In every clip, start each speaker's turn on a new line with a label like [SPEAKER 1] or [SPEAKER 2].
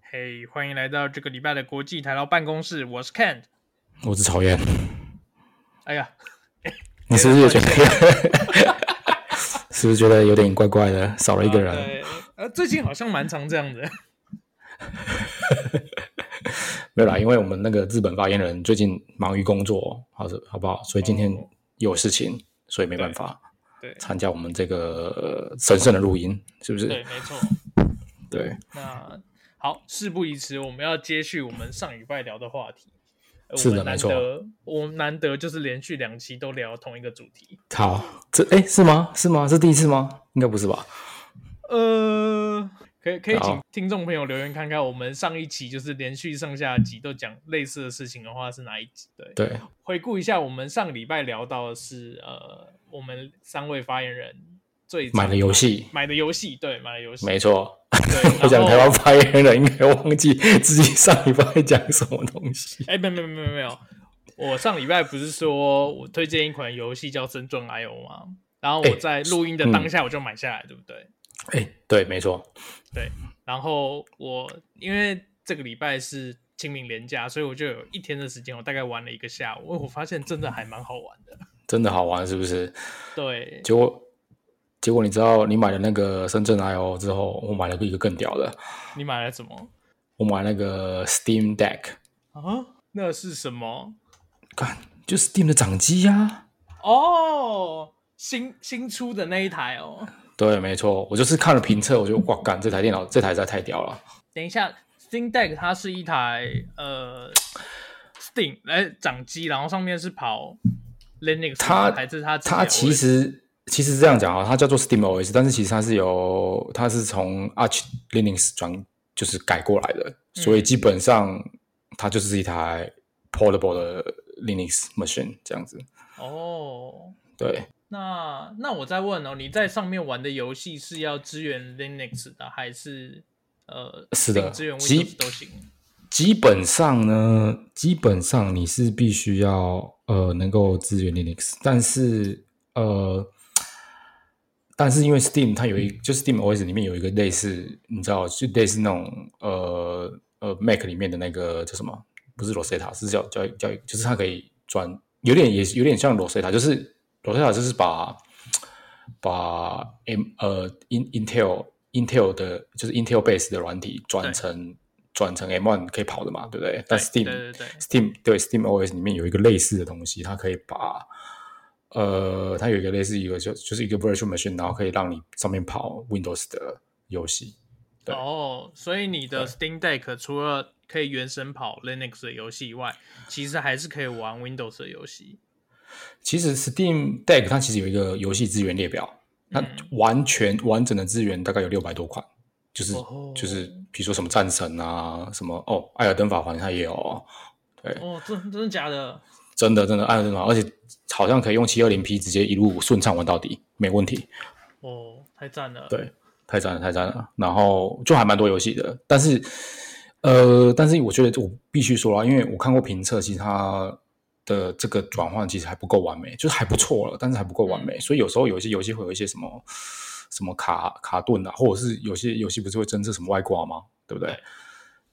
[SPEAKER 1] 嘿欢迎来到这个礼拜的国际台劳办公室，我是 Kent。
[SPEAKER 2] 我是曹燕，
[SPEAKER 1] 哎呀，
[SPEAKER 2] 你是不是也 觉得，是不是觉得有点怪怪的，少了一个
[SPEAKER 1] 啊
[SPEAKER 2] 人？
[SPEAKER 1] 对呃，最近好像蛮常这样的。
[SPEAKER 2] 没有啦，因为我们那个日本发言人最近忙于工作，好是好不好？所以今天
[SPEAKER 1] 哦
[SPEAKER 2] 有事情，所以没办法
[SPEAKER 1] 对
[SPEAKER 2] 参加我们这个呃神圣的录音，是不是？
[SPEAKER 1] 对，没错。
[SPEAKER 2] 对
[SPEAKER 1] 那好，事不宜迟，我们要接续我们上礼拜聊的话题。呃
[SPEAKER 2] 是的
[SPEAKER 1] 我们难
[SPEAKER 2] 没错
[SPEAKER 1] 得，我们难得就是连续两期都聊同一个主题。
[SPEAKER 2] 好，这哎是吗？是吗？是第一次吗？应该不是吧？
[SPEAKER 1] 呃，可以可以请
[SPEAKER 2] 好
[SPEAKER 1] 听众朋友留言看看，我们上一期就是连续上下集都讲类似的事情的话是哪一集？对，
[SPEAKER 2] 对
[SPEAKER 1] 回顾一下，我们上礼拜聊到的是呃，我们三位发言人最
[SPEAKER 2] 买
[SPEAKER 1] 常
[SPEAKER 2] 了游戏
[SPEAKER 1] 买的游戏，对，买的游戏，
[SPEAKER 2] 没错。
[SPEAKER 1] 对，
[SPEAKER 2] 我想
[SPEAKER 1] 然后
[SPEAKER 2] 台湾发言人应该忘记自己上礼拜讲什么东西。
[SPEAKER 1] 哎，没有没有没有没有，我上礼拜不是说我推荐一款游戏叫《生存 IO》吗？然后我
[SPEAKER 2] 哎
[SPEAKER 1] 在录音的当下我就买下来，对不对？
[SPEAKER 2] 哎，对，没错，
[SPEAKER 1] 然后我因为这个礼拜是清明连假，所以我就有一天的时间，我大概玩了一个下午，我发现真的还蛮好玩的。
[SPEAKER 2] 真的好玩，是不是？
[SPEAKER 1] 对，
[SPEAKER 2] 结果结果你知道，你买了那个深圳 IO 之后，我买了一个更屌的，
[SPEAKER 1] 你买了什么
[SPEAKER 2] 我买那个 Steam Deck，
[SPEAKER 1] 啊？那是什么？
[SPEAKER 2] 看就 Steam 的掌机啊呀、
[SPEAKER 1] 哦，新新出的那一台哦。
[SPEAKER 2] 对，没错，我就是看了评测，我就哇，干这台电脑这台实在太屌了。
[SPEAKER 1] 等一下，Steam Deck 它是一台呃 Steam 哎掌机，然后上面是跑 Linux，
[SPEAKER 2] 它
[SPEAKER 1] 吗还是它直接
[SPEAKER 2] 它
[SPEAKER 1] OS
[SPEAKER 2] 其实其实是这样讲啊，它叫做 Steam OS，但是其实它是由它是从 Arch Linux 转就是改过来的，所以基本上它就是一台 portable 的 Linux machine 这样子。
[SPEAKER 1] 哦。
[SPEAKER 2] 对，
[SPEAKER 1] 那那我再问哦，你在上面玩的游戏是要支援 Linux 的，还是呃
[SPEAKER 2] 是的
[SPEAKER 1] Steam 支援
[SPEAKER 2] 其
[SPEAKER 1] Windows 都行？
[SPEAKER 2] 基本上呢，基本上你是必须要呃能够支援 Linux，但是呃，但是因为 Steam 它有一就 Steam OS 里面有一个类似你知道就类似那种呃呃 Mac 里面的那个叫什么？不是 Rosetta，是叫叫叫就是它可以转，有点也有点像 Rosetta，就是 Rosetta 就是把把 M 呃 In Intel Intel 的就是 Intel base 的软体转成转成 M1 可以跑的嘛，对不对？但呃 Steam
[SPEAKER 1] 对对对
[SPEAKER 2] Steam 对 Steam OS 里面有一个类似的东西，它可以把呃，它有一个类似一个就就是一个 virtual machine，然后可以让你上面跑 Windows 的游戏。对
[SPEAKER 1] 哦，所以你的 Steam Deck 除了可以原生跑 Linux 的游戏以外，其实还是可以玩 Windows 的游戏。
[SPEAKER 2] 其实 Steam Deck 它其实有一个游戏资源列表，它完全完整的资源大概有六百多款，就是、
[SPEAKER 1] 哦
[SPEAKER 2] 就是比如说什么战神啊，什么哦艾尔登法环它也有哦，对，
[SPEAKER 1] 哦，真真的假的？
[SPEAKER 2] 真的真的艾尔登法环，而且好像可以用七二零 P 直接一路顺畅玩到底，没问题。
[SPEAKER 1] 哦，太赞了。
[SPEAKER 2] 对，太赞了，太赞了。然后就还蛮多游戏的，但是呃，但是我觉得我必须说啊啦，因为我看过评测，其实它的这个转换其实还不够完美，就是还不错了，但是还不够完美。所以有时候有一些游戏会有一些什么什么卡卡顿啊，或者是有些游戏不是会侦测什么外挂吗？对不对？
[SPEAKER 1] 对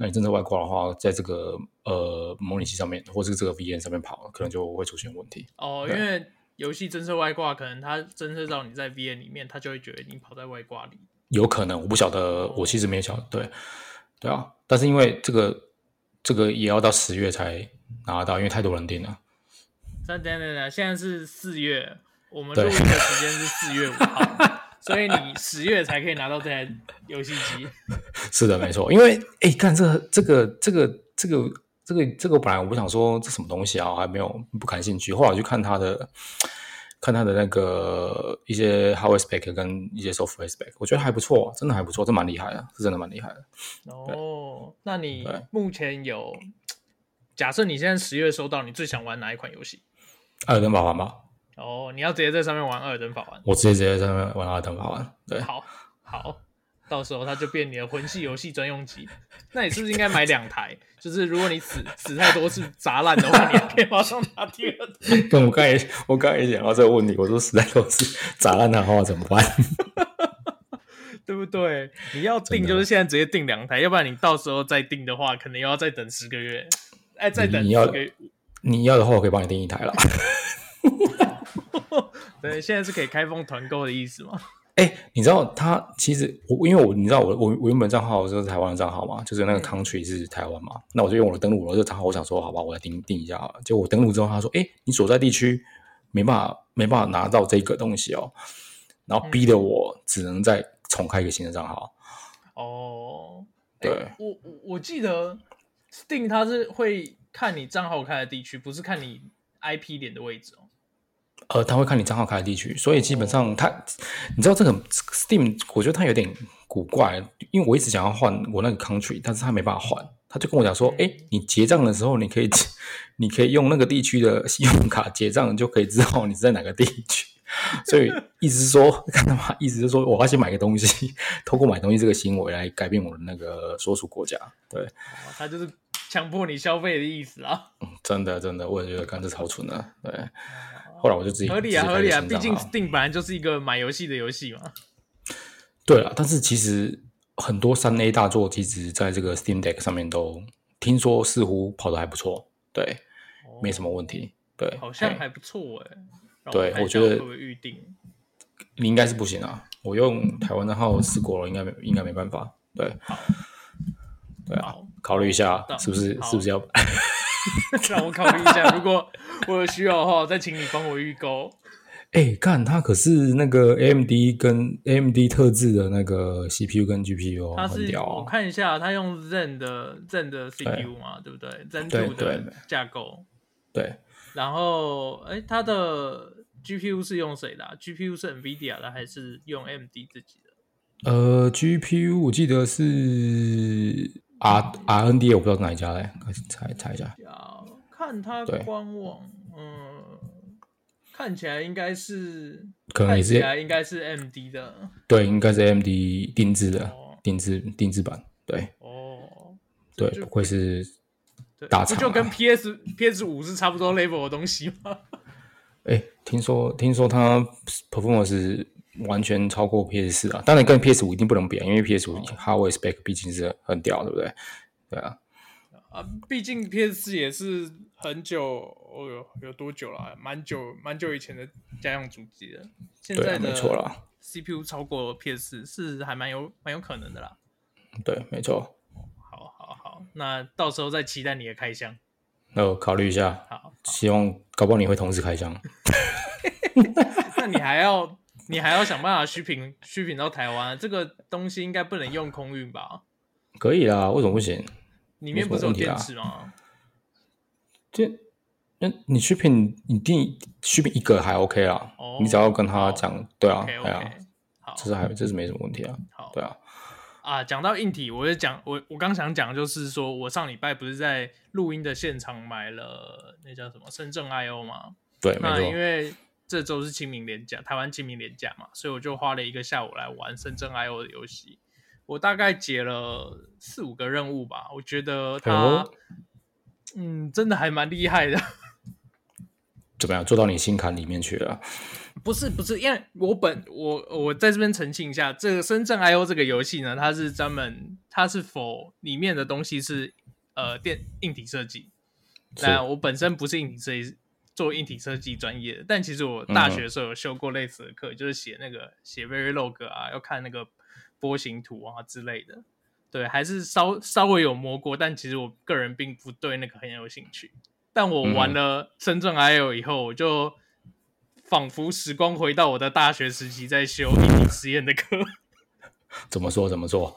[SPEAKER 2] 那你侦测外挂的话，在这个呃模拟器上面，或是这个 VN 上面跑，可能就会出现问题。
[SPEAKER 1] 哦，因
[SPEAKER 2] 对
[SPEAKER 1] 为游戏侦测外挂，可能它侦测到你在 VM 里面，它就会觉得你跑在外挂里。
[SPEAKER 2] 有可能，我不晓得，我其实没有晓得，对，对啊，但是因为这个这个也要到十月才拿到，因为太多人订了，
[SPEAKER 1] 但等等等，现在是四月，我们录
[SPEAKER 2] 对
[SPEAKER 1] 音的时间是四月五号，所以你十月才可以拿到这台游戏机。
[SPEAKER 2] 是的，没错，因为哎，看这个这个这个这个这个这个，本来我想说这什么东西啊，我还没有不感兴趣，后来我去看它的看它的那个一些 hardware spec 跟一些 software spec，我觉得还不错，真的还不错，这蛮厉害的，是真的蛮厉害的。
[SPEAKER 1] 哦，那你
[SPEAKER 2] 对
[SPEAKER 1] 目前有？假设你现在十月收到，你最想玩哪一款游戏？
[SPEAKER 2] 艾尔登法环吧，
[SPEAKER 1] 哦，你要直接在上面玩《二等法环
[SPEAKER 2] 我直接直接在那边玩艾尔登法环，对》。。
[SPEAKER 1] 好，好，到时候它就变你的魂系游戏专用机。那你是不是应该买两台？就是如果你死死太多次砸烂的话，你可以马上拿第二台。
[SPEAKER 2] 跟我刚才也我刚才也讲到这个问题，我说实在都是砸烂它的话怎么办？
[SPEAKER 1] 对不对？你要定就是现在直接定两台，要不然你到时候再定的话，可能又要再等十个月，哎，再等
[SPEAKER 2] 你
[SPEAKER 1] 十
[SPEAKER 2] 要
[SPEAKER 1] 个月。
[SPEAKER 2] 你要的话，我可以帮你订一台了。
[SPEAKER 1] 对，现在是可以开放团购的意思吗？
[SPEAKER 2] 哎、你知道他其实我，因为我你知道我我我原本账号是台湾的账号嘛，就是那个 country 是台湾嘛，那我就用我的登录我的账号，我想说好吧，我来定定一下好了。结果我登录之后，他说，哎、你所在地区没办法没办法拿到这个东西哦，然后逼得我只能再重开一个新的账号。
[SPEAKER 1] 哦，
[SPEAKER 2] 对
[SPEAKER 1] 哎我我我记得 Steam 它是会看你账号开的地区，不是看你 IP 点的位置哦。
[SPEAKER 2] 呃，他会看你账号开的地区，所以基本上他，你知道这个 Steam，我觉得他有点古怪，因为我一直想要换我那个 country，但是他没办法换，他就跟我讲
[SPEAKER 1] 嗯
[SPEAKER 2] 说，哎、你结账的时候，你可以 你可以用那个地区的信用卡结账，你就可以知道你是在哪个地 区。所以意思是说，看他妈，意思是说我要先买个东西，透过买东西这个行为来改变我的那个所属国家。对，
[SPEAKER 1] 哦它就是强迫你消费的意思啊，
[SPEAKER 2] 真的真的，我也觉得干这超蠢的。对，后来我就自己
[SPEAKER 1] 合理啊，
[SPEAKER 2] 自
[SPEAKER 1] 合
[SPEAKER 2] 己开一
[SPEAKER 1] 理
[SPEAKER 2] 个
[SPEAKER 1] 啊，
[SPEAKER 2] 新
[SPEAKER 1] 毕
[SPEAKER 2] 账
[SPEAKER 1] 竟
[SPEAKER 2] 号
[SPEAKER 1] Steam 本来就是一个买游戏的游戏嘛。
[SPEAKER 2] 对啊，但是其实很多三 A 大作，其实在这个 Steam Deck 上面都听说似乎跑得还不错，对，
[SPEAKER 1] 哦
[SPEAKER 2] 没什么问题，对，
[SPEAKER 1] 好像
[SPEAKER 2] 嘿
[SPEAKER 1] 还不错哎、让
[SPEAKER 2] 对
[SPEAKER 1] 看一
[SPEAKER 2] 我
[SPEAKER 1] 下
[SPEAKER 2] 觉得
[SPEAKER 1] 会不会预定？
[SPEAKER 2] 你应该是不行啊，我用台湾账号试过了，应该没应该没办法，对，对啊
[SPEAKER 1] 好，
[SPEAKER 2] 考虑一下
[SPEAKER 1] 知道
[SPEAKER 2] 是不是
[SPEAKER 1] 好
[SPEAKER 2] 是不是要
[SPEAKER 1] 让我考虑一下，如果我有需要的话，再请你帮我预购。
[SPEAKER 2] 哎，看它可是那个 AMD 跟 AMD 特制的那个 CPU 跟 GPU，哦
[SPEAKER 1] 它
[SPEAKER 2] 很
[SPEAKER 1] 是
[SPEAKER 2] 屌
[SPEAKER 1] 我
[SPEAKER 2] 哦，
[SPEAKER 1] 看一下，它用 Zen 的 Zen 的 CPU 嘛，对不对？Zen
[SPEAKER 2] 对
[SPEAKER 1] Two
[SPEAKER 2] 对
[SPEAKER 1] 的架构，
[SPEAKER 2] 对，
[SPEAKER 1] 然后哎，它的 GPU 是用谁的啊、GPU 是 NVIDIA 的还是用 AMD 自己的？
[SPEAKER 2] 呃，GPU 我记得是 R RND，我不知道是哪一家嘞，查查一下。
[SPEAKER 1] 要看它
[SPEAKER 2] 对
[SPEAKER 1] 官网，嗯，看起来应该是，
[SPEAKER 2] 可能也是
[SPEAKER 1] 看起来应该是 AMD 的
[SPEAKER 2] 对，应该是 AMD 定制的
[SPEAKER 1] 哦
[SPEAKER 2] 定制定制版，对
[SPEAKER 1] 哦。
[SPEAKER 2] 对，
[SPEAKER 1] 就
[SPEAKER 2] 不愧是
[SPEAKER 1] 对，
[SPEAKER 2] 大
[SPEAKER 1] 不
[SPEAKER 2] 厂
[SPEAKER 1] 就
[SPEAKER 2] 啊
[SPEAKER 1] 跟 PS PS 五是差不多 level 的东西吗？
[SPEAKER 2] 哎，听说听说它 performance 完全超过 PS 四啊，当然跟 PS 五一定不能比啊，因为 PS 五
[SPEAKER 1] 哦
[SPEAKER 2] hardware spec 毕竟是很屌，对不对？对啊，
[SPEAKER 1] 啊，毕竟 PS 四也是很久，哦哟，有多久了啊？蛮久蛮久以前的家用主机了。现
[SPEAKER 2] 对
[SPEAKER 1] 在
[SPEAKER 2] 啊，
[SPEAKER 1] 的
[SPEAKER 2] 没错啦，
[SPEAKER 1] CPU 超过 PS 四是还蛮有蛮有可能的啦。
[SPEAKER 2] 对，没错，
[SPEAKER 1] 好好好，那到时候再期待你的开箱。
[SPEAKER 2] 那我考虑一下，
[SPEAKER 1] 好，
[SPEAKER 2] 希望搞不好你会同时开箱。
[SPEAKER 1] 那你还要你还要想办法虚品虚品到台湾啊，这个东西应该不能用空运吧？
[SPEAKER 2] 可以啦，为什么不行？
[SPEAKER 1] 里面
[SPEAKER 2] 没什么
[SPEAKER 1] 不是有
[SPEAKER 2] 问题
[SPEAKER 1] 电
[SPEAKER 2] 啊
[SPEAKER 1] 池吗？
[SPEAKER 2] 这那你去品，你定去品一个还 OK 啦，
[SPEAKER 1] 哦
[SPEAKER 2] 你只要跟他
[SPEAKER 1] 好
[SPEAKER 2] 讲，对啊，
[SPEAKER 1] OK
[SPEAKER 2] 对啊
[SPEAKER 1] OK，，好，
[SPEAKER 2] 这是还这是没什么问题啊，
[SPEAKER 1] 好
[SPEAKER 2] 对啊。
[SPEAKER 1] 啊，讲到硬体，我就讲我我刚想讲就是说我上礼拜不是在录音的现场买了那叫什么深圳 IO 嘛？
[SPEAKER 2] 对，没
[SPEAKER 1] 那
[SPEAKER 2] 错
[SPEAKER 1] 因。为这周是清明连假，台湾清明连假嘛，所以我就花了一个下午来玩深圳 IO 的游戏。我大概解了四五个任务吧，我觉得
[SPEAKER 2] 哎
[SPEAKER 1] 它
[SPEAKER 2] 呦
[SPEAKER 1] 嗯真的还蛮厉害的。
[SPEAKER 2] 怎么样做到你心坎里面去了？
[SPEAKER 1] 不是不是，因为我本我我在这边澄清一下，这个深圳 I O 这个游戏呢，它是专门它是否里面的东西是呃电硬体设计。
[SPEAKER 2] 是
[SPEAKER 1] 那我本身不是硬体设计，做硬体设计专业的，但其实我大学的时候有修过类似的课，就是写那个写 Verilog 啊，要看那个波形图啊之类的。对，还是稍稍微有摸过，但其实我个人并不对那个很有兴趣。但我玩了深圳 I O 以后，我就仿佛时光回到我的大学时期，在修硬体实验的课。
[SPEAKER 2] 怎么说？怎么做？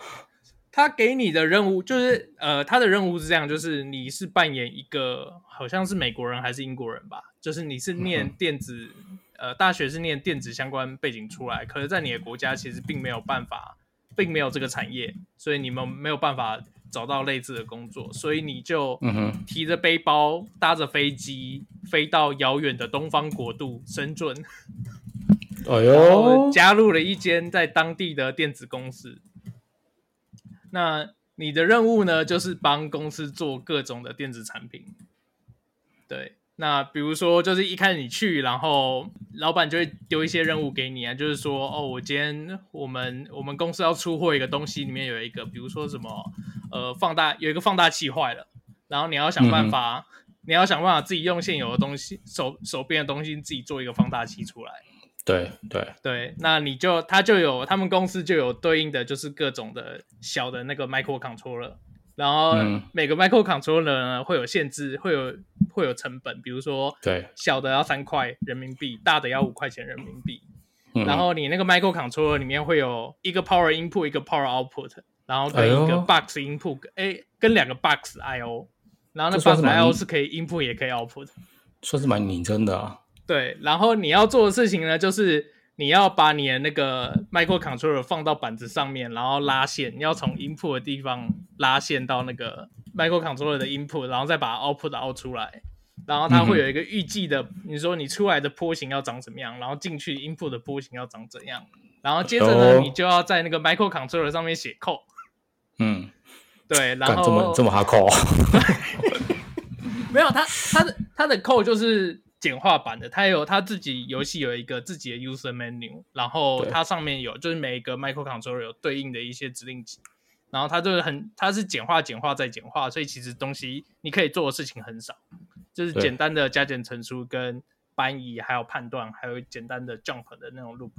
[SPEAKER 1] 他给你的任务就是，呃，他的任务是这样，就是你是扮演一个好像是美国人还是英国人吧，就是你是念电子，呃，大学是念电子相关背景出来，可是，在你的国家其实并没有办法，并没有这个产业，所以你们没有办法找到类似的工作，所以你就
[SPEAKER 2] 嗯哼，
[SPEAKER 1] 提着背包，搭着飞机，飞到遥远的东方国度深圳，
[SPEAKER 2] 哎
[SPEAKER 1] 然后
[SPEAKER 2] 呦，
[SPEAKER 1] 加入了一间在当地的电子公司。那你的任务呢，就是帮公司做各种的电子产品。对，那比如说，就是一开始你去，然后老板就会丢一些任务给你啊，就是说，哦，我今天我们我们公司要出货一个东西，里面有一个，比如说什么，呃，放大有一个放大器坏了，然后你要想办法，你要想办法自己用现有的东西，手手边的东西自己做一个放大器出来。
[SPEAKER 2] 对对
[SPEAKER 1] 对，那你就他就有他们公司就有对应的就是各种的小的那个 microcontroller，然后
[SPEAKER 2] 嗯
[SPEAKER 1] 每个 microcontroller 呢会有限制，会有会有成本，比如说
[SPEAKER 2] 对，
[SPEAKER 1] 小的要三块人民币，大的要五块钱人民币。
[SPEAKER 2] 嗯
[SPEAKER 1] 然后你那个 microcontroller 里面会有一个 power input，一个 power output，然后跟一
[SPEAKER 2] 哎
[SPEAKER 1] 个
[SPEAKER 2] 呦
[SPEAKER 1] box input，哎，跟两个 box I/O，然后那
[SPEAKER 2] 这算
[SPEAKER 1] box
[SPEAKER 2] 是蛮
[SPEAKER 1] I/O 是可以 input 也可以 output。
[SPEAKER 2] 算是蛮拟真的啊。
[SPEAKER 1] 对，然后你要做的事情呢，就是你要把你的那个 microcontroller 放到板子上面，然后拉线，你要从 input 的地方拉线到那个 microcontroller 的 input，然后再把 output out 出来。然后
[SPEAKER 2] 嗯
[SPEAKER 1] 它会有一个预计的，你说你出来的波形要长怎么样，然后进去 input 的波形要长怎样，然后接着呢，
[SPEAKER 2] 哦
[SPEAKER 1] 你就要在那个 microcontroller 上面写 code，
[SPEAKER 2] 嗯，
[SPEAKER 1] 对，然
[SPEAKER 2] 干这么
[SPEAKER 1] 后
[SPEAKER 2] 这么哈扣、
[SPEAKER 1] 没有，它它的它的扣就是简化版的，它有它自己游戏有一个自己的 user menu，然后
[SPEAKER 2] 对
[SPEAKER 1] 它上面有就是每一个 microcontroller 有对应的一些指令集，然后它就是很它是简化简化再简化，所以其实东西你可以做的事情很少，就是
[SPEAKER 2] 对
[SPEAKER 1] 简单的加减乘除跟搬移，还有判断，还有简单的 jump 的那种 loop。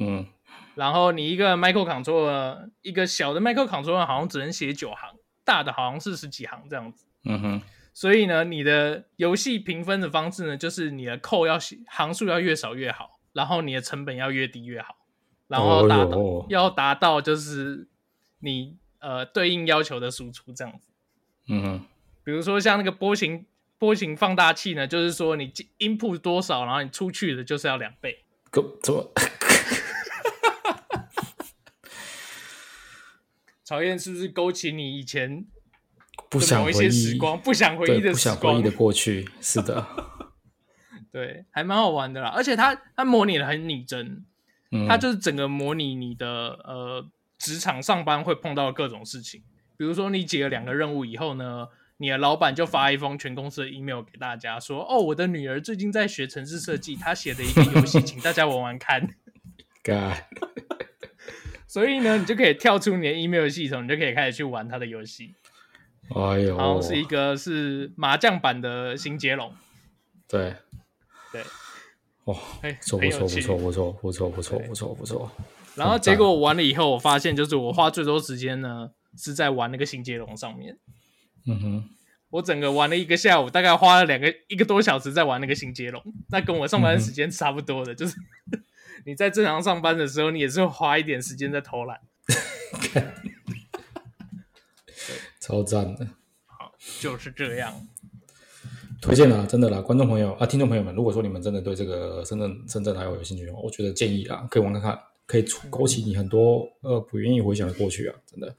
[SPEAKER 2] 嗯，
[SPEAKER 1] 然后你一个 microcontroller 一个小的 microcontroller 好像只能写九行，大的好像是十几行这样子。
[SPEAKER 2] 嗯哼，
[SPEAKER 1] 所以呢，你的游戏评分的方式呢，就是你的扣要写行数要越少越好，然后你的成本要越低越好，然后达到、
[SPEAKER 2] 哦哟
[SPEAKER 1] 要达到就是你呃对应要求的输出这样子。
[SPEAKER 2] 嗯哼，
[SPEAKER 1] 比如说像那个波形波形放大器呢，就是说你进 input 多少，然后你出去的就是要两倍。
[SPEAKER 2] 个怎么？
[SPEAKER 1] 曹燕是不是勾起你以前
[SPEAKER 2] 不
[SPEAKER 1] 的
[SPEAKER 2] 想
[SPEAKER 1] 某
[SPEAKER 2] 回
[SPEAKER 1] 一
[SPEAKER 2] 忆
[SPEAKER 1] 些时光，不想回忆
[SPEAKER 2] 对，
[SPEAKER 1] 的
[SPEAKER 2] 不
[SPEAKER 1] 时
[SPEAKER 2] 想回
[SPEAKER 1] 光
[SPEAKER 2] 忆？的过去，是的，
[SPEAKER 1] 对，还蛮好玩的啦。而且它它模拟的很拟真，
[SPEAKER 2] 嗯，
[SPEAKER 1] 它就是整个模拟你的呃职场上班会碰到的各种事情，比如说你解了两个任务以后呢，你的老板就发一封全公司的 email 给大家说，哦，我的女儿最近在学城市设计，她写的一个游戏，请大家玩玩看。
[SPEAKER 2] 干
[SPEAKER 1] 所以呢，你就可以跳出你的 email 系统，你就可以开始去玩他的游戏。
[SPEAKER 2] 哎呦，
[SPEAKER 1] 然后是一个是麻将版的新接龙，
[SPEAKER 2] 对
[SPEAKER 1] 对，
[SPEAKER 2] 哇，
[SPEAKER 1] 哎
[SPEAKER 2] 不，错
[SPEAKER 1] 很
[SPEAKER 2] 不
[SPEAKER 1] 有
[SPEAKER 2] 错
[SPEAKER 1] 趣
[SPEAKER 2] 不错不错不错不错
[SPEAKER 1] 对
[SPEAKER 2] 不错不错，
[SPEAKER 1] 然后结果我玩了以后，我发现就是我花最多时间呢是在玩那个新接龙上面。
[SPEAKER 2] 嗯哼，
[SPEAKER 1] 我整个玩了一个下午，大概花了两个一个多小时在玩那个新接龙，那跟我上班时间差不多的，就是 你在正常上班的时候，你也是会花一点时间在偷懒。
[SPEAKER 2] 超赞的，
[SPEAKER 1] 好，就是这样。
[SPEAKER 2] 推荐啦，真的啦，观众朋友啊，听众朋友们，如果说你们真的对这个深圳深圳还有有兴趣的话，我觉得建议啦，可以玩看看，可以
[SPEAKER 1] 嗯
[SPEAKER 2] 触勾起你很多呃不愿意回想的过去啊，真的，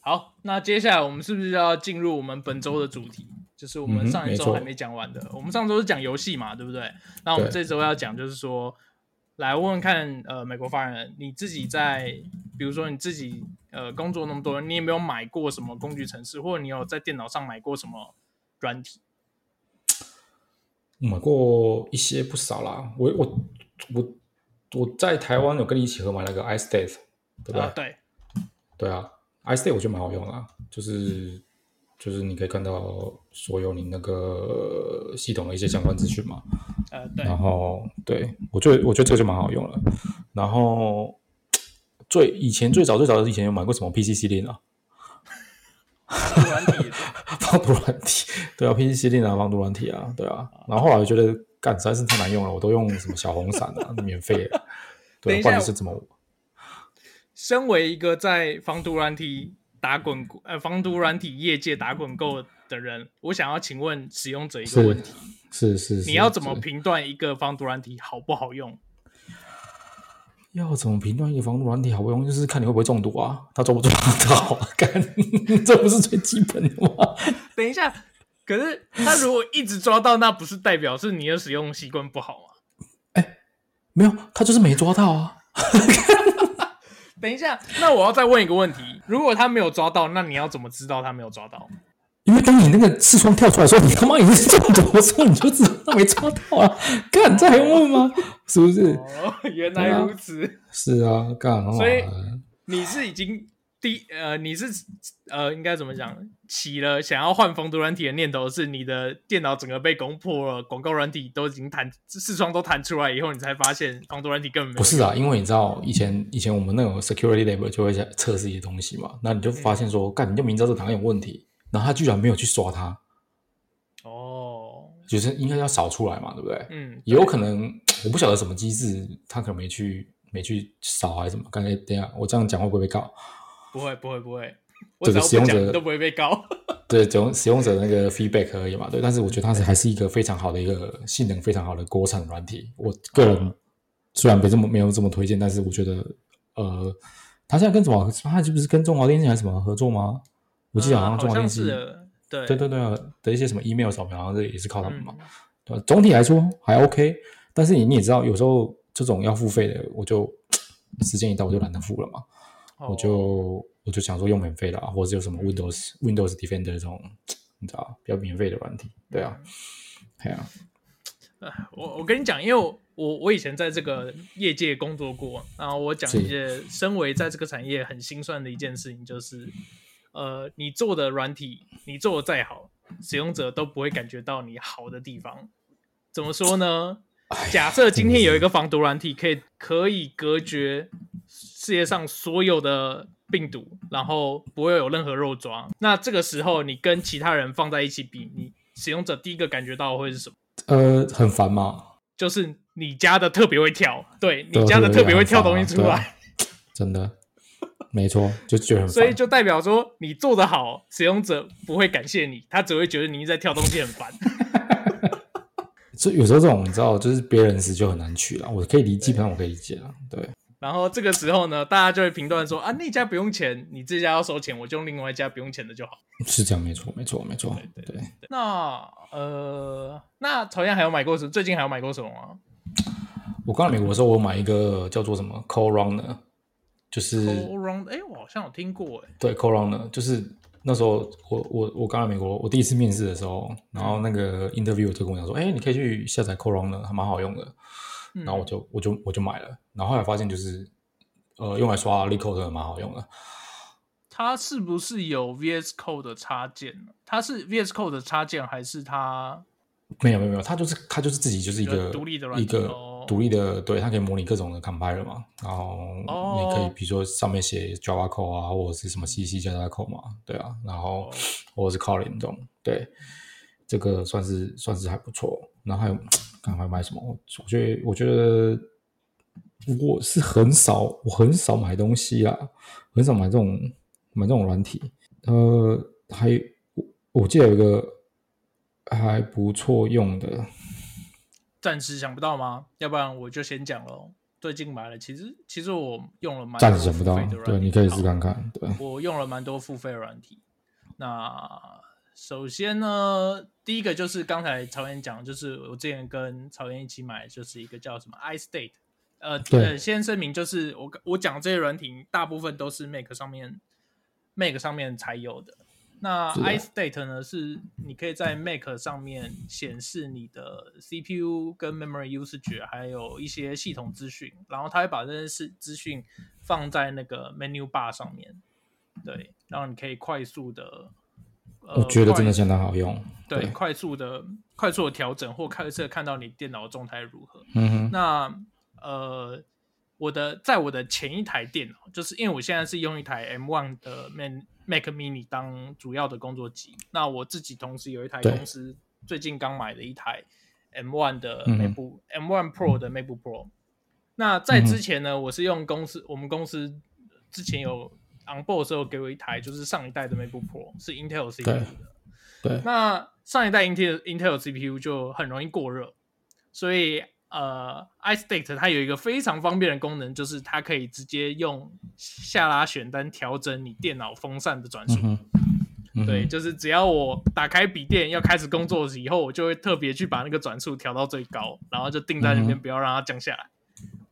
[SPEAKER 1] 好，那接下来我们是不是要进入我们本周的主题？就是我
[SPEAKER 2] 嗯
[SPEAKER 1] 们
[SPEAKER 2] 哼
[SPEAKER 1] 上一
[SPEAKER 2] 没
[SPEAKER 1] 周
[SPEAKER 2] 错
[SPEAKER 1] 还没讲完的，我们上周是讲游戏嘛，对不对？那我们这
[SPEAKER 2] 对
[SPEAKER 1] 周要讲就是说，来问问看，呃，美国发言人，你自己在，比如说你自己呃工作那么多，你有没有买过什么工具程式，或者你有在电脑上买过什么软体？
[SPEAKER 2] 买过一些不少啦，我我我我在台湾有跟你一起合买那个 iState，对不对？
[SPEAKER 1] 啊，对，
[SPEAKER 2] 对啊，iState 我觉得蛮好用的啊、就是就是你可以看到所有你那个系统的一些相关资讯嘛。
[SPEAKER 1] 呃，对，
[SPEAKER 2] 然后对我觉得我觉得这个就蛮好用了。然后最以前最早最早的以前有买过什么 PCC 链啊，
[SPEAKER 1] 软体，
[SPEAKER 2] 防毒软体，对啊，PCC 链啊，防毒软体啊，对啊。然后后来我觉得干实在是太难用了，我都用什么小红伞啊，免费的，
[SPEAKER 1] 等
[SPEAKER 2] 对
[SPEAKER 1] 一
[SPEAKER 2] 啊，
[SPEAKER 1] 下
[SPEAKER 2] 或者是怎么
[SPEAKER 1] 身为一个在防毒软体打滚呃防毒软体业界打滚够的人，我想要请问使用者一个问
[SPEAKER 2] 是
[SPEAKER 1] 题：
[SPEAKER 2] 是是是，
[SPEAKER 1] 你要怎么
[SPEAKER 2] 是
[SPEAKER 1] 评断一个防毒软体好不好用？
[SPEAKER 2] 要怎么评断一个防毒软体好不用？就是看你会不会中毒啊，它做不做得到啊？干，这不是最基本的吗？
[SPEAKER 1] 等一下，可是他如果一直抓到，那不是代表是你的使用习惯不好吗？
[SPEAKER 2] 没有，他就是没抓到啊。
[SPEAKER 1] 等一下，那我要再问一个问题：如果他没有抓到，那你要怎么知道他没有抓到？
[SPEAKER 2] 因为当你那个视窗跳出来说你他妈已经是中毒的时候，你就知道他没抓到啊！干，这还用问吗？是不是？
[SPEAKER 1] 哦，原来如此。
[SPEAKER 2] 是啊，干，
[SPEAKER 1] 所以
[SPEAKER 2] 哦
[SPEAKER 1] 你是已经第呃，你是呃，应该怎么讲？起了想要换防毒软体的念头，是你的电脑整个被攻破了，广告软体都已经弹视窗都弹出来以后，你才发现防毒软体根本没有
[SPEAKER 2] 不是啊，因为你知道以前以前我们那种 security lab 就会在测试一些东西嘛，那你就发现说，干、你就明知道这档案有问题，然后他居然没有去刷它，
[SPEAKER 1] 哦，
[SPEAKER 2] 就是应该要扫出来嘛，对不对？
[SPEAKER 1] 嗯，
[SPEAKER 2] 也有可能我不晓得什么机制，他可能没去没去扫还是什么。刚才等一下我这样讲会不会被告？
[SPEAKER 1] 不会不会不会，我
[SPEAKER 2] 这
[SPEAKER 1] 只
[SPEAKER 2] 个
[SPEAKER 1] 要
[SPEAKER 2] 使
[SPEAKER 1] 不
[SPEAKER 2] 用
[SPEAKER 1] 讲
[SPEAKER 2] 者
[SPEAKER 1] 你都不会被告。
[SPEAKER 2] 对，使用使用者那 个 feedback 而已嘛，对。但是我觉得它是还是一个非常好的一个性能非常好的国产软体。我个人虽然没这么没有这么推荐，但是我觉得呃，它现在跟什么？它是不是跟中华电信还是什么合作吗？我记得好
[SPEAKER 1] 呃
[SPEAKER 2] 像中华电信、
[SPEAKER 1] 是的对
[SPEAKER 2] 对对对啊的一些什么 email 扫描，好啊像这也是靠他们嘛。
[SPEAKER 1] 嗯
[SPEAKER 2] 对吧总体来说还 OK，但是你你也知道，有时候这种要付费的，我就时间一到我就懒得付了嘛，我
[SPEAKER 1] 哦嗯
[SPEAKER 2] 就我就想说用免费的啊，或者是有什么 Windows Windows Defender 这种，你知道比较免费的软体，对
[SPEAKER 1] 嗯
[SPEAKER 2] 啊，对啊，
[SPEAKER 1] 我我跟你讲，因为我我我以前在这个业界工作过，然后我讲
[SPEAKER 2] 是
[SPEAKER 1] 一些身为在这个产业很心酸的一件事情，就是呃，你做的软体，你做的再好，使用者都不会感觉到你好的地方。怎么说呢？
[SPEAKER 2] 哎呀
[SPEAKER 1] 假设今天有一个防毒软体，可以可以隔绝世界上所有的病毒，然后不会有任何肉抓。那这个时候，你跟其他人放在一起比，你使用者第一个感觉到的会是什么？
[SPEAKER 2] 呃，很烦嘛，
[SPEAKER 1] 就是你家的特别会跳，对
[SPEAKER 2] 对
[SPEAKER 1] 你家的特别会跳
[SPEAKER 2] 很
[SPEAKER 1] 东
[SPEAKER 2] 烦啊
[SPEAKER 1] 西出
[SPEAKER 2] 对啊
[SPEAKER 1] 来，
[SPEAKER 2] 真的，没错，就觉得很
[SPEAKER 1] 所以
[SPEAKER 2] 烦，
[SPEAKER 1] 就代表说你做得好，使用者不会感谢你，他只会觉得你一直在跳东西很烦。
[SPEAKER 2] 所以有时候这种你知道，就是别人死就很难取了，我可以理，基本上我可以理解了，对，
[SPEAKER 1] 然后这个时候呢，大家就会评断说啊，那家不用钱，你这家要收钱，我就用另外一家不用钱的就好。
[SPEAKER 2] 是这样，没错，没错，没错，对。
[SPEAKER 1] 那呃，那朝阳还有买过什么？最近还有买过什么吗？
[SPEAKER 2] 我刚来美国的时候，我买一个叫做什么 c o Runner，就是、
[SPEAKER 1] o r o n 哎，我好像有听过哎、
[SPEAKER 2] 对 c o Runner，就是那时候我我我刚来美国，我第一次面试的时候，然后那个 interview 就跟我讲说，哎、你可以去下载 c o Runner，还蛮好用的。
[SPEAKER 1] 嗯
[SPEAKER 2] 然后我就我就我就买了，然后后来发现就是呃用来刷 l i c o 真的蛮好用的。
[SPEAKER 1] 它是不是有 VS Code 的插件呢？它是 VS Code 的插件，还是它
[SPEAKER 2] 没有没有没有，它就是它就是自己就是一
[SPEAKER 1] 一
[SPEAKER 2] 个
[SPEAKER 1] 个独立的软
[SPEAKER 2] 一
[SPEAKER 1] 体
[SPEAKER 2] 个
[SPEAKER 1] 哦
[SPEAKER 2] 独立的，对，它可以模拟各种的 compiler 嘛，然后
[SPEAKER 1] 哦
[SPEAKER 2] 你可以比如说上面写 Java code 啊，或者是什么 CC 加加 code 嘛，对啊，然后
[SPEAKER 1] 哦
[SPEAKER 2] 或者是 Kotlin 这种，对，这个算是算是还不错。然后还有刚才买什么？我我觉得我觉得我是很少我很少买东西啊，很少买这种买这种软体。呃，还有我我记得有一个还不错用的，
[SPEAKER 1] 暂时想不到吗？要不然我就先讲喽。最近买了，其实其实我用了蛮
[SPEAKER 2] 暂时想不到
[SPEAKER 1] 多付费的。哦软
[SPEAKER 2] 对，
[SPEAKER 1] 体
[SPEAKER 2] 你可以试
[SPEAKER 1] 好
[SPEAKER 2] 看看。对，
[SPEAKER 1] 我用了蛮多付费软体。那首先呢，第一个就是刚才曹岩讲，就是我之前跟曹岩一起买，就是一个叫什么 iState。呃，
[SPEAKER 2] 对
[SPEAKER 1] 呃先声明，就是我我讲这些软体，大部分都是 Make 上面 Make 上面才有的。那
[SPEAKER 2] 是的
[SPEAKER 1] iState 呢，是你可以在 Make 上面显示你的 CPU 跟 memory usage，还有一些系统资讯，然后它会把这些事资讯放在那个 menu bar 上面，对，然后你可以快速的，呃、
[SPEAKER 2] 我觉得真的
[SPEAKER 1] 快
[SPEAKER 2] 相当好用。
[SPEAKER 1] 对快速的快速的调整或快速的看到你电脑的状态如何。
[SPEAKER 2] 嗯哼，
[SPEAKER 1] 那呃，我的在我的前一台电脑，就是因为我现在是用一台 M1 的 Man Mac Mini 当主要的工作机，那我自己同时有一台
[SPEAKER 2] 对
[SPEAKER 1] 公司最近刚买的一台 M1 的
[SPEAKER 2] 嗯
[SPEAKER 1] MacBook、M1 Pro 的 MacBook Pro。那在之前呢，我是用公司我们公司之前有 onboard 的时候给我一台，就是上一代的 MacBook Pro 是 Intel CPU
[SPEAKER 2] 对
[SPEAKER 1] 的。
[SPEAKER 2] 对，
[SPEAKER 1] 那上一代 Intel Intel CPU 就很容易过热，所以呃，iState 它有一个非常方便的功能，就是它可以直接用下拉选单调整你电脑风扇的转速
[SPEAKER 2] 嗯。哼，嗯哼
[SPEAKER 1] 对，，就是只要我打开笔电要开始工作以后，我就会特别去把那个转速调到最高，然后就定在那边，
[SPEAKER 2] 嗯
[SPEAKER 1] 不要让它降下来。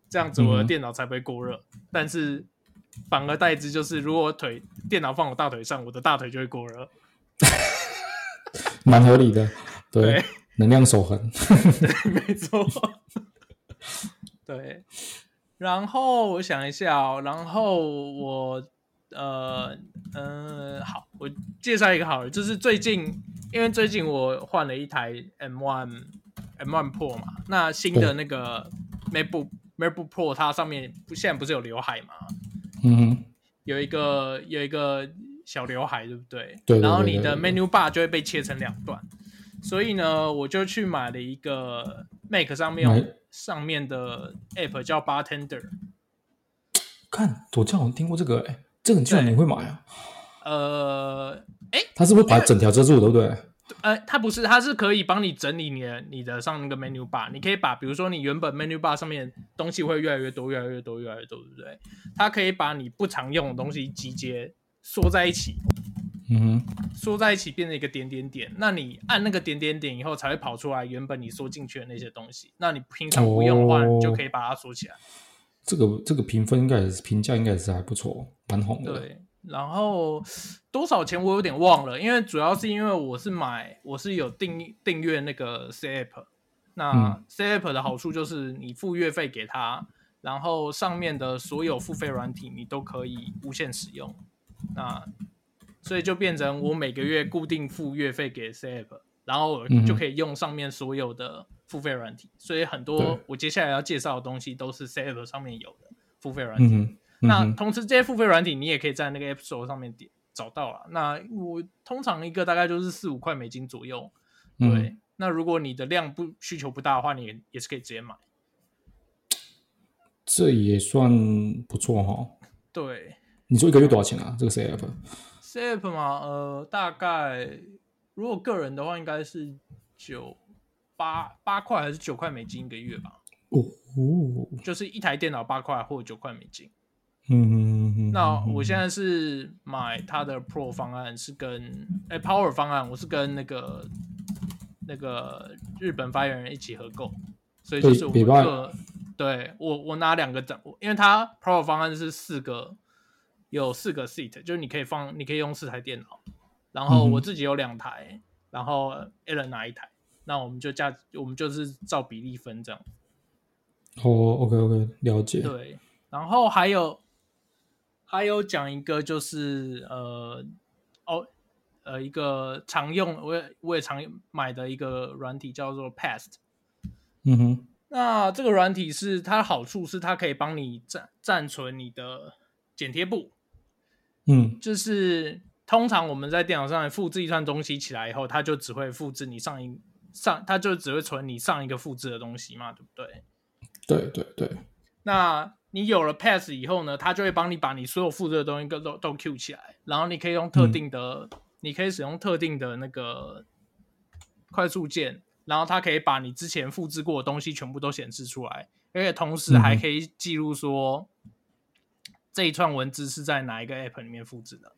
[SPEAKER 1] 这样子我的
[SPEAKER 2] 嗯
[SPEAKER 1] 电脑才不会过热。但是反而代之就是，如果我腿电脑放我大腿上，我的大腿就会过热。
[SPEAKER 2] 蛮合理 的。对，
[SPEAKER 1] 对
[SPEAKER 2] 能量守恒。
[SPEAKER 1] 没错，对。然后我想一下、哦，然后我呃呃，好，我介绍一个好了，就是最近，因为最近我换了一台 M1 M1 Pro 嘛，那新的那个 MacBook MacBook Pro 它上面不现在不是有刘海嘛，
[SPEAKER 2] 嗯哼，
[SPEAKER 1] 有一个有一个小刘海，对不对？
[SPEAKER 2] 对对对
[SPEAKER 1] 然后你的
[SPEAKER 2] 对
[SPEAKER 1] menu bar 就会被切成两段，所以呢，我就去买了一个 Mac 上面
[SPEAKER 2] 买
[SPEAKER 1] 有上面的 app 叫 Bartender，
[SPEAKER 2] 看我这样好像听过这个、哎，这个居然
[SPEAKER 1] 对
[SPEAKER 2] 你会买啊？
[SPEAKER 1] 呃，
[SPEAKER 2] 它是不是把整条遮住，对不对？
[SPEAKER 1] 呃，它不是，它是可以帮你整理你的你的上那个 menu bar，你可以把比如说你原本 menu bar 上面的东西会越来越多、越来越多、越来越多，对不对？它可以把你不常用的东西集结缩在一起，
[SPEAKER 2] 嗯哼，
[SPEAKER 1] 缩在一起变成一个点点点，那你按那个点点点以后才会跑出来原本你缩进去的那些东西。那你平常不用的话，
[SPEAKER 2] 哦
[SPEAKER 1] 你就可以把它缩起来。
[SPEAKER 2] 这个这个评分应该也是评价应该也是还不错，蛮红的。
[SPEAKER 1] 对，然后多少钱我有点忘了，因为主要是因为我是买我是有订订阅那个 C app，那
[SPEAKER 2] 嗯
[SPEAKER 1] C app 的好处就是你付月费给它，然后上面的所有付费软体你都可以无限使用，那所以就变成我每个月固定付月费给 C app，然后我
[SPEAKER 2] 嗯哼
[SPEAKER 1] 就可以用上面所有的付费软体，所以很多
[SPEAKER 2] 对
[SPEAKER 1] 我接下来要介绍的东西都是 C app 上面有的付费软体。
[SPEAKER 2] 嗯哼，嗯
[SPEAKER 1] 那
[SPEAKER 2] 哼，
[SPEAKER 1] 同时这些付费软体你也可以在那个 App Store 上面点找到了。那我通常一个大概就是四五块美金左右。对，
[SPEAKER 2] 嗯
[SPEAKER 1] 那如果你的量不需求不大的话，你也也是可以直接买。
[SPEAKER 2] 这也算不错哈、
[SPEAKER 1] 对
[SPEAKER 2] 你说一个月多少钱啊？这个 C app
[SPEAKER 1] ，C App 嘛，呃，大概如果个人的话，应该是九八八块还是九块美金一个月吧，
[SPEAKER 2] 哦哦，
[SPEAKER 1] 就是一台电脑八块或九块美金。
[SPEAKER 2] 嗯哼哼，
[SPEAKER 1] 那我现
[SPEAKER 2] 在
[SPEAKER 1] 在是买它的 Pro 方案，是跟哎、Power 方案，我是跟那个那个日本发言人一起合购，所以就是我
[SPEAKER 2] 对比
[SPEAKER 1] 个对我我拿两个掌，因为它 Pro 方案是四个有四个 seat，就是你可以放你可以用四台电脑，然后
[SPEAKER 2] 嗯哼
[SPEAKER 1] 我自己有两台，然后 Alan 拿一台，那我们就价我们就是照比例分这样。
[SPEAKER 2] 哦，OK OK，了解。
[SPEAKER 1] 对，然后还有还有讲一个就是呃哦呃一个常用我也我也常买的一个软体叫做 Past。
[SPEAKER 2] 嗯哼，
[SPEAKER 1] 那这个软体是它的好处是它可以帮你暂暂存你的剪贴簿，
[SPEAKER 2] 嗯
[SPEAKER 1] 就是通常我们在电脑上复制一串东西起来以后，它就只会复制你上一上，它就只会存你上一个复制的东西嘛，对不对？
[SPEAKER 2] 对对对，
[SPEAKER 1] 那你有了 Pass 以后呢，它就会帮你把你所有复制的东西都都都 Q 起来，然后你可以用特
[SPEAKER 2] 嗯
[SPEAKER 1] 定的，你可以使用特定的那个快速键，然后它可以把你之前复制过的东西全部都显示出来，而且同时还
[SPEAKER 2] 嗯哼
[SPEAKER 1] 可以记录说、这一串文字是在哪一个 App 里面复制的。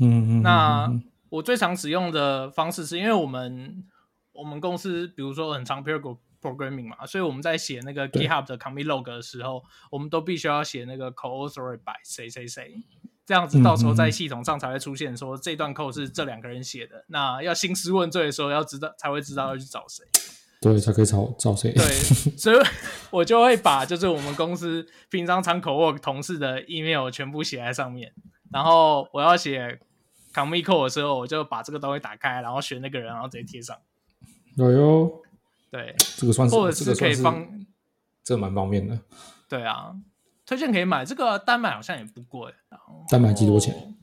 [SPEAKER 2] 嗯嗯，
[SPEAKER 1] 那
[SPEAKER 2] 嗯
[SPEAKER 1] 我最常使用的方式是因为我们我们公司比如说很常 parallel programming 嘛，所以我们在写那个
[SPEAKER 2] 对
[SPEAKER 1] GitHub 的 commit log 的时候，我们都必须要写那个 co-author by 谁谁谁，这样子到时候
[SPEAKER 2] 嗯嗯
[SPEAKER 1] 在
[SPEAKER 2] 嗯
[SPEAKER 1] 系统上才会出现说这段 code 是这两个人写的。那要兴师问罪的时候，要知道才会知道要去找谁。
[SPEAKER 2] 对才可以找找谁？
[SPEAKER 1] 对，所以我就会把就是我们公司平常常口 work 同事的 email 全部写在上面，然后我要写 commit code 的时候，我就把这个东西打开，然后选那个人，然后直接贴上。
[SPEAKER 2] 有哟，
[SPEAKER 1] 对，
[SPEAKER 2] 这个算是，
[SPEAKER 1] 或者
[SPEAKER 2] 嗯
[SPEAKER 1] 是
[SPEAKER 2] 这个
[SPEAKER 1] 可
[SPEAKER 2] 算
[SPEAKER 1] 以
[SPEAKER 2] 是
[SPEAKER 1] 放，
[SPEAKER 2] 这个蛮方便的。
[SPEAKER 1] 对啊，推荐可以买这个单买好像也不贵，然后
[SPEAKER 2] 单买几多
[SPEAKER 1] 哦
[SPEAKER 2] 钱？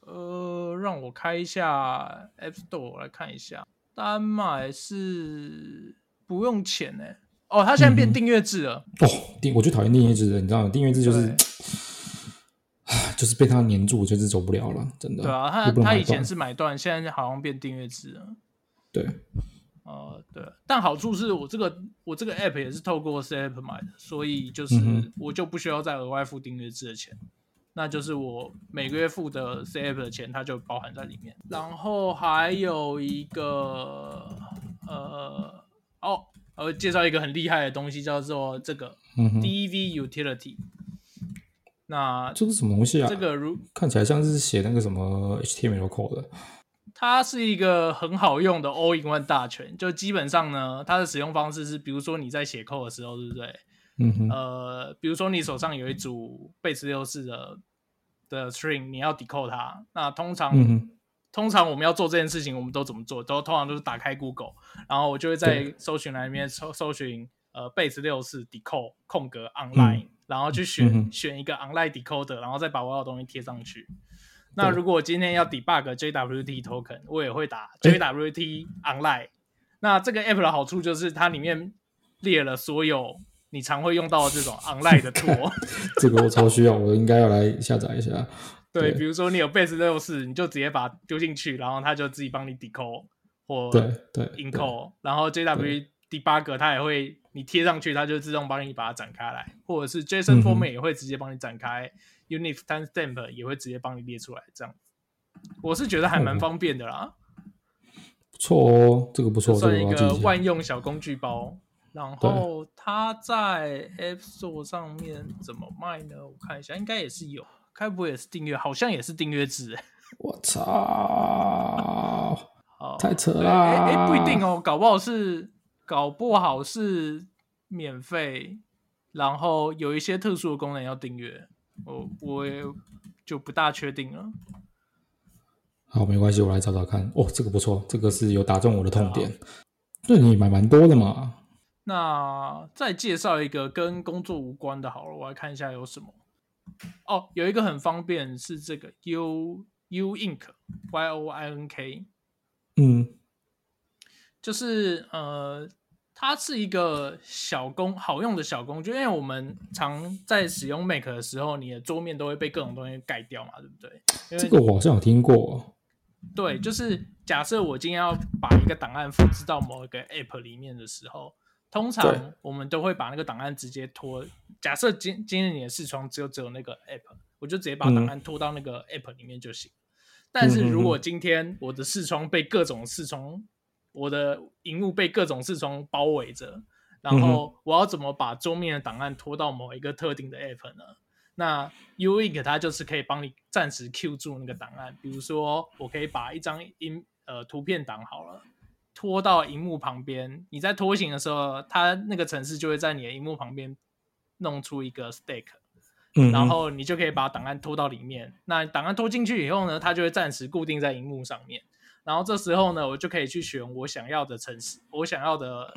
[SPEAKER 1] 呃，让我开一下 App Store 我来看一下，单买是不用钱呢、哦，它现在
[SPEAKER 2] 嗯
[SPEAKER 1] 变
[SPEAKER 2] 哼
[SPEAKER 1] 订阅制了。
[SPEAKER 2] 哦，订我最讨厌订阅制的，你知道吗？订阅制就是
[SPEAKER 1] 对，
[SPEAKER 2] 唉就是被它黏住，我就是走不了了，真的。
[SPEAKER 1] 对啊，他
[SPEAKER 2] 又不能
[SPEAKER 1] 他
[SPEAKER 2] 买
[SPEAKER 1] 以前
[SPEAKER 2] 断
[SPEAKER 1] 是买断，现在好像变订阅制了。
[SPEAKER 2] 对，
[SPEAKER 1] 呃，对，但好处是我这个我这个 app 也是透过 C app 买的，所以就是
[SPEAKER 2] 嗯哼
[SPEAKER 1] 我就不需要再额外付订阅制的钱，那就是我每个月付的 C app 的钱，它就包含在里面。然后还有一个呃哦，我介绍一个很厉害的东西，叫做这个
[SPEAKER 2] 嗯哼，
[SPEAKER 1] DV Utility。那
[SPEAKER 2] 这个什么东西啊？
[SPEAKER 1] 这个如
[SPEAKER 2] 看起来像是写那个什么 HTML code 的。
[SPEAKER 1] 它是一个很好用的 All in One 大全，就基本上呢，它的使用方式是，比如说你在写扣的时候，对不对？
[SPEAKER 2] 嗯哼，
[SPEAKER 1] 呃，比如说你手上有一组贝十六式的的 string，你要 decode 它，那通常、
[SPEAKER 2] 嗯哼，
[SPEAKER 1] 通常我们要做这件事情，我们都怎么做？都通常都是打开 Google，然后我就会在
[SPEAKER 2] 对
[SPEAKER 1] 搜寻栏里面搜搜寻呃贝十六式 decode 空格 online，、然后去选、
[SPEAKER 2] 嗯哼
[SPEAKER 1] 选一个 online decoder，然后再把我要的东西贴上去。那
[SPEAKER 2] 对
[SPEAKER 1] 如果我今天要 debug JWT token，我也会打
[SPEAKER 2] 诶
[SPEAKER 1] JWT online。那这个 app 的好处就是它里面列了所有你常会用到的这 种 online 的 tool。
[SPEAKER 2] 这个我超需要，我应该要来下载一 下。
[SPEAKER 1] 对，
[SPEAKER 2] 对
[SPEAKER 1] 比如说你有 base 六四，你就直接把它丢进去，然后它就自己帮你 decode 或
[SPEAKER 2] 对对
[SPEAKER 1] encode，然后 JW
[SPEAKER 2] 对
[SPEAKER 1] debugger 它也会你贴上去，它就自动帮你把它展开来，或者是
[SPEAKER 2] 嗯
[SPEAKER 1] JSON
[SPEAKER 2] 哼
[SPEAKER 1] format 也会直接帮你展开、u n i x timestamp 也会直接帮你列出来，这样。我是觉得还蛮
[SPEAKER 2] 哦
[SPEAKER 1] 方便的啦，
[SPEAKER 2] 不错哦，这个不错，这
[SPEAKER 1] 算
[SPEAKER 2] 个
[SPEAKER 1] 一
[SPEAKER 2] 我要
[SPEAKER 1] 个
[SPEAKER 2] 记一下。
[SPEAKER 1] 万用小工具包。然后它在 App Store 上面怎么卖呢？我看一下，应该也是有，该不会也是订阅？好像也是订阅制、欸。
[SPEAKER 2] 我 操，
[SPEAKER 1] 好，
[SPEAKER 2] 太扯
[SPEAKER 1] 对，
[SPEAKER 2] 啦！
[SPEAKER 1] 哎哎，不一定，哦，搞不好是搞不好是免费，然后有一些特殊的功能要订阅，我我也就不大确定了。
[SPEAKER 2] 好，没关系，我来找找看。哦，这个不错，这个是有打中我的痛点。
[SPEAKER 1] 啊
[SPEAKER 2] 对你买蛮多的嘛？
[SPEAKER 1] 那再介绍一个跟工作无关的，好了，我来看一下有什么。哦，有一个很方便是这个 U U Ink Y O I N K，
[SPEAKER 2] 嗯
[SPEAKER 1] 就是呃，它是一个小工好用的小工具，因为我们常在使用 Mac 的时候，你的桌面都会被各种东西盖掉嘛，对不对？因为
[SPEAKER 2] 这个我好像有听过。
[SPEAKER 1] 对，就是假设我今天要把一个档案复制到某一个 App 里面的时候，通
[SPEAKER 2] 对
[SPEAKER 1] 常我们都会把那个档案直接拖。假设今今天你的视窗只有只有那个 App，我就直接把档
[SPEAKER 2] 嗯
[SPEAKER 1] 案拖到那个 App 里面就行。但是如果今天我的视窗被各种视窗，我的荧幕被各种视窗包围着，然后我要怎么把桌面的档案拖到某一个特定的 App 呢？那 U Ink 它就是可以帮你暂时 Q 住那个档案，比如说我可以把一张音呃图片档好了，拖到荧幕旁边，你在拖行的时候，它那个程式就会在你的荧幕旁边弄出一个 stack，
[SPEAKER 2] 嗯，
[SPEAKER 1] 然后你就可以把档案拖到里面。那档案拖进去以后呢，它就会暂时固定在荧幕上面。然后这时候呢，我就可以去选我想要的城市，我想要的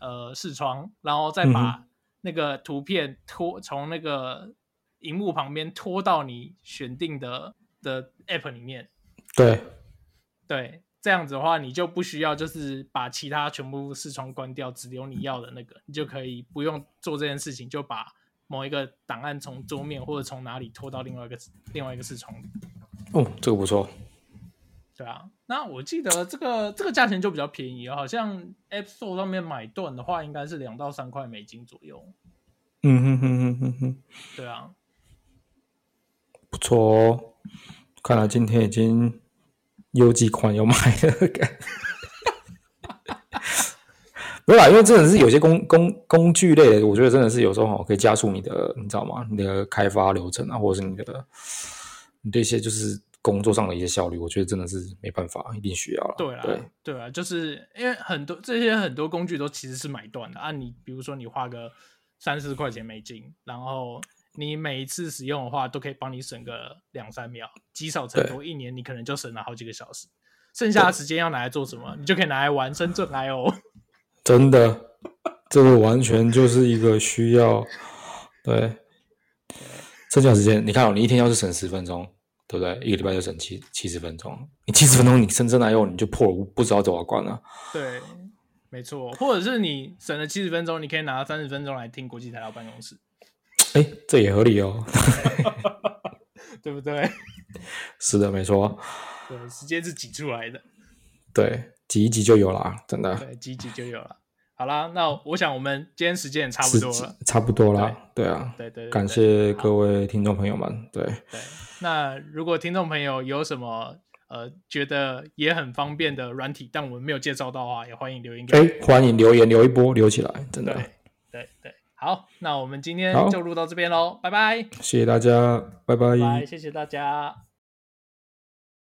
[SPEAKER 1] 呃视窗，然后再
[SPEAKER 2] 嗯
[SPEAKER 1] 把那个图片拖从那个荧幕旁边拖到你选定的的 app 里面。
[SPEAKER 2] 对，
[SPEAKER 1] 对，这样子的话，你就不需要就是把其他全部视窗关掉，只留你要的那个，你就可以不用做这件事情，就把某一个档案从桌面或者从哪里拖到另外一个另外一个视窗里。
[SPEAKER 2] 哦，这个不错。
[SPEAKER 1] 对啊，那我记得这个这个价钱就比较便宜，好像 App Store 上面买断的话，应该是两到三块美金左右。
[SPEAKER 2] 嗯哼哼哼哼哼，
[SPEAKER 1] 对啊，
[SPEAKER 2] 不错哦。看来今天已经有几款有买了。干 没有啦，因为真的是有些工工工具类的，我觉得真的是有时候哦可以加速你的，你知道吗？你的开发流程啊，或者是你的你这些就是工作上的一些效率，我觉得真的是没办法，一定需要了。
[SPEAKER 1] 对啊，
[SPEAKER 2] 对，
[SPEAKER 1] 对啊，就是因为很多这些很多工具都其实是买断的啊。你比如说你花个三四块钱美金，然后你每一次使用的话，都可以帮你省个两三秒，积少成多，一年你可能就省了好几个小时。剩下的时间要拿来做什么？你就可以拿来玩深圳 IO。
[SPEAKER 2] 真的，这个完全就是一个需要，对，剩下时间，你看哦，你一天要是省十分钟，对不对？一个礼拜就省七七十分钟，你七十分钟你深圳来用你就破了不知道多少关了、
[SPEAKER 1] 对，没错。或者是你省了七十分钟，你可以拿三十分钟来听国际台到办公室，
[SPEAKER 2] 哎，这也合理哦。
[SPEAKER 1] 对不对？
[SPEAKER 2] 是的，没错，
[SPEAKER 1] 对，时间是挤出来的。
[SPEAKER 2] 对，挤一挤就有啦，真的，
[SPEAKER 1] 对，挤挤就有了。好啦，那我想我们今天时间也差不
[SPEAKER 2] 是
[SPEAKER 1] 多了。
[SPEAKER 2] 是差不多啦，对啊，
[SPEAKER 1] 对对对，
[SPEAKER 2] 感
[SPEAKER 1] 对
[SPEAKER 2] 谢各位听众朋友们，对，
[SPEAKER 1] 对。那如果听众朋友有什么呃觉得也很方便的软体，但我们没有介绍到的话，也欢迎留言给我们。
[SPEAKER 2] 哎，欢迎留言留一波，留起来，真的，
[SPEAKER 1] 对对对，好，那我们今天
[SPEAKER 2] 好
[SPEAKER 1] 就录到这边喽，拜拜，
[SPEAKER 2] 谢谢大家，拜
[SPEAKER 1] 拜，谢谢大家。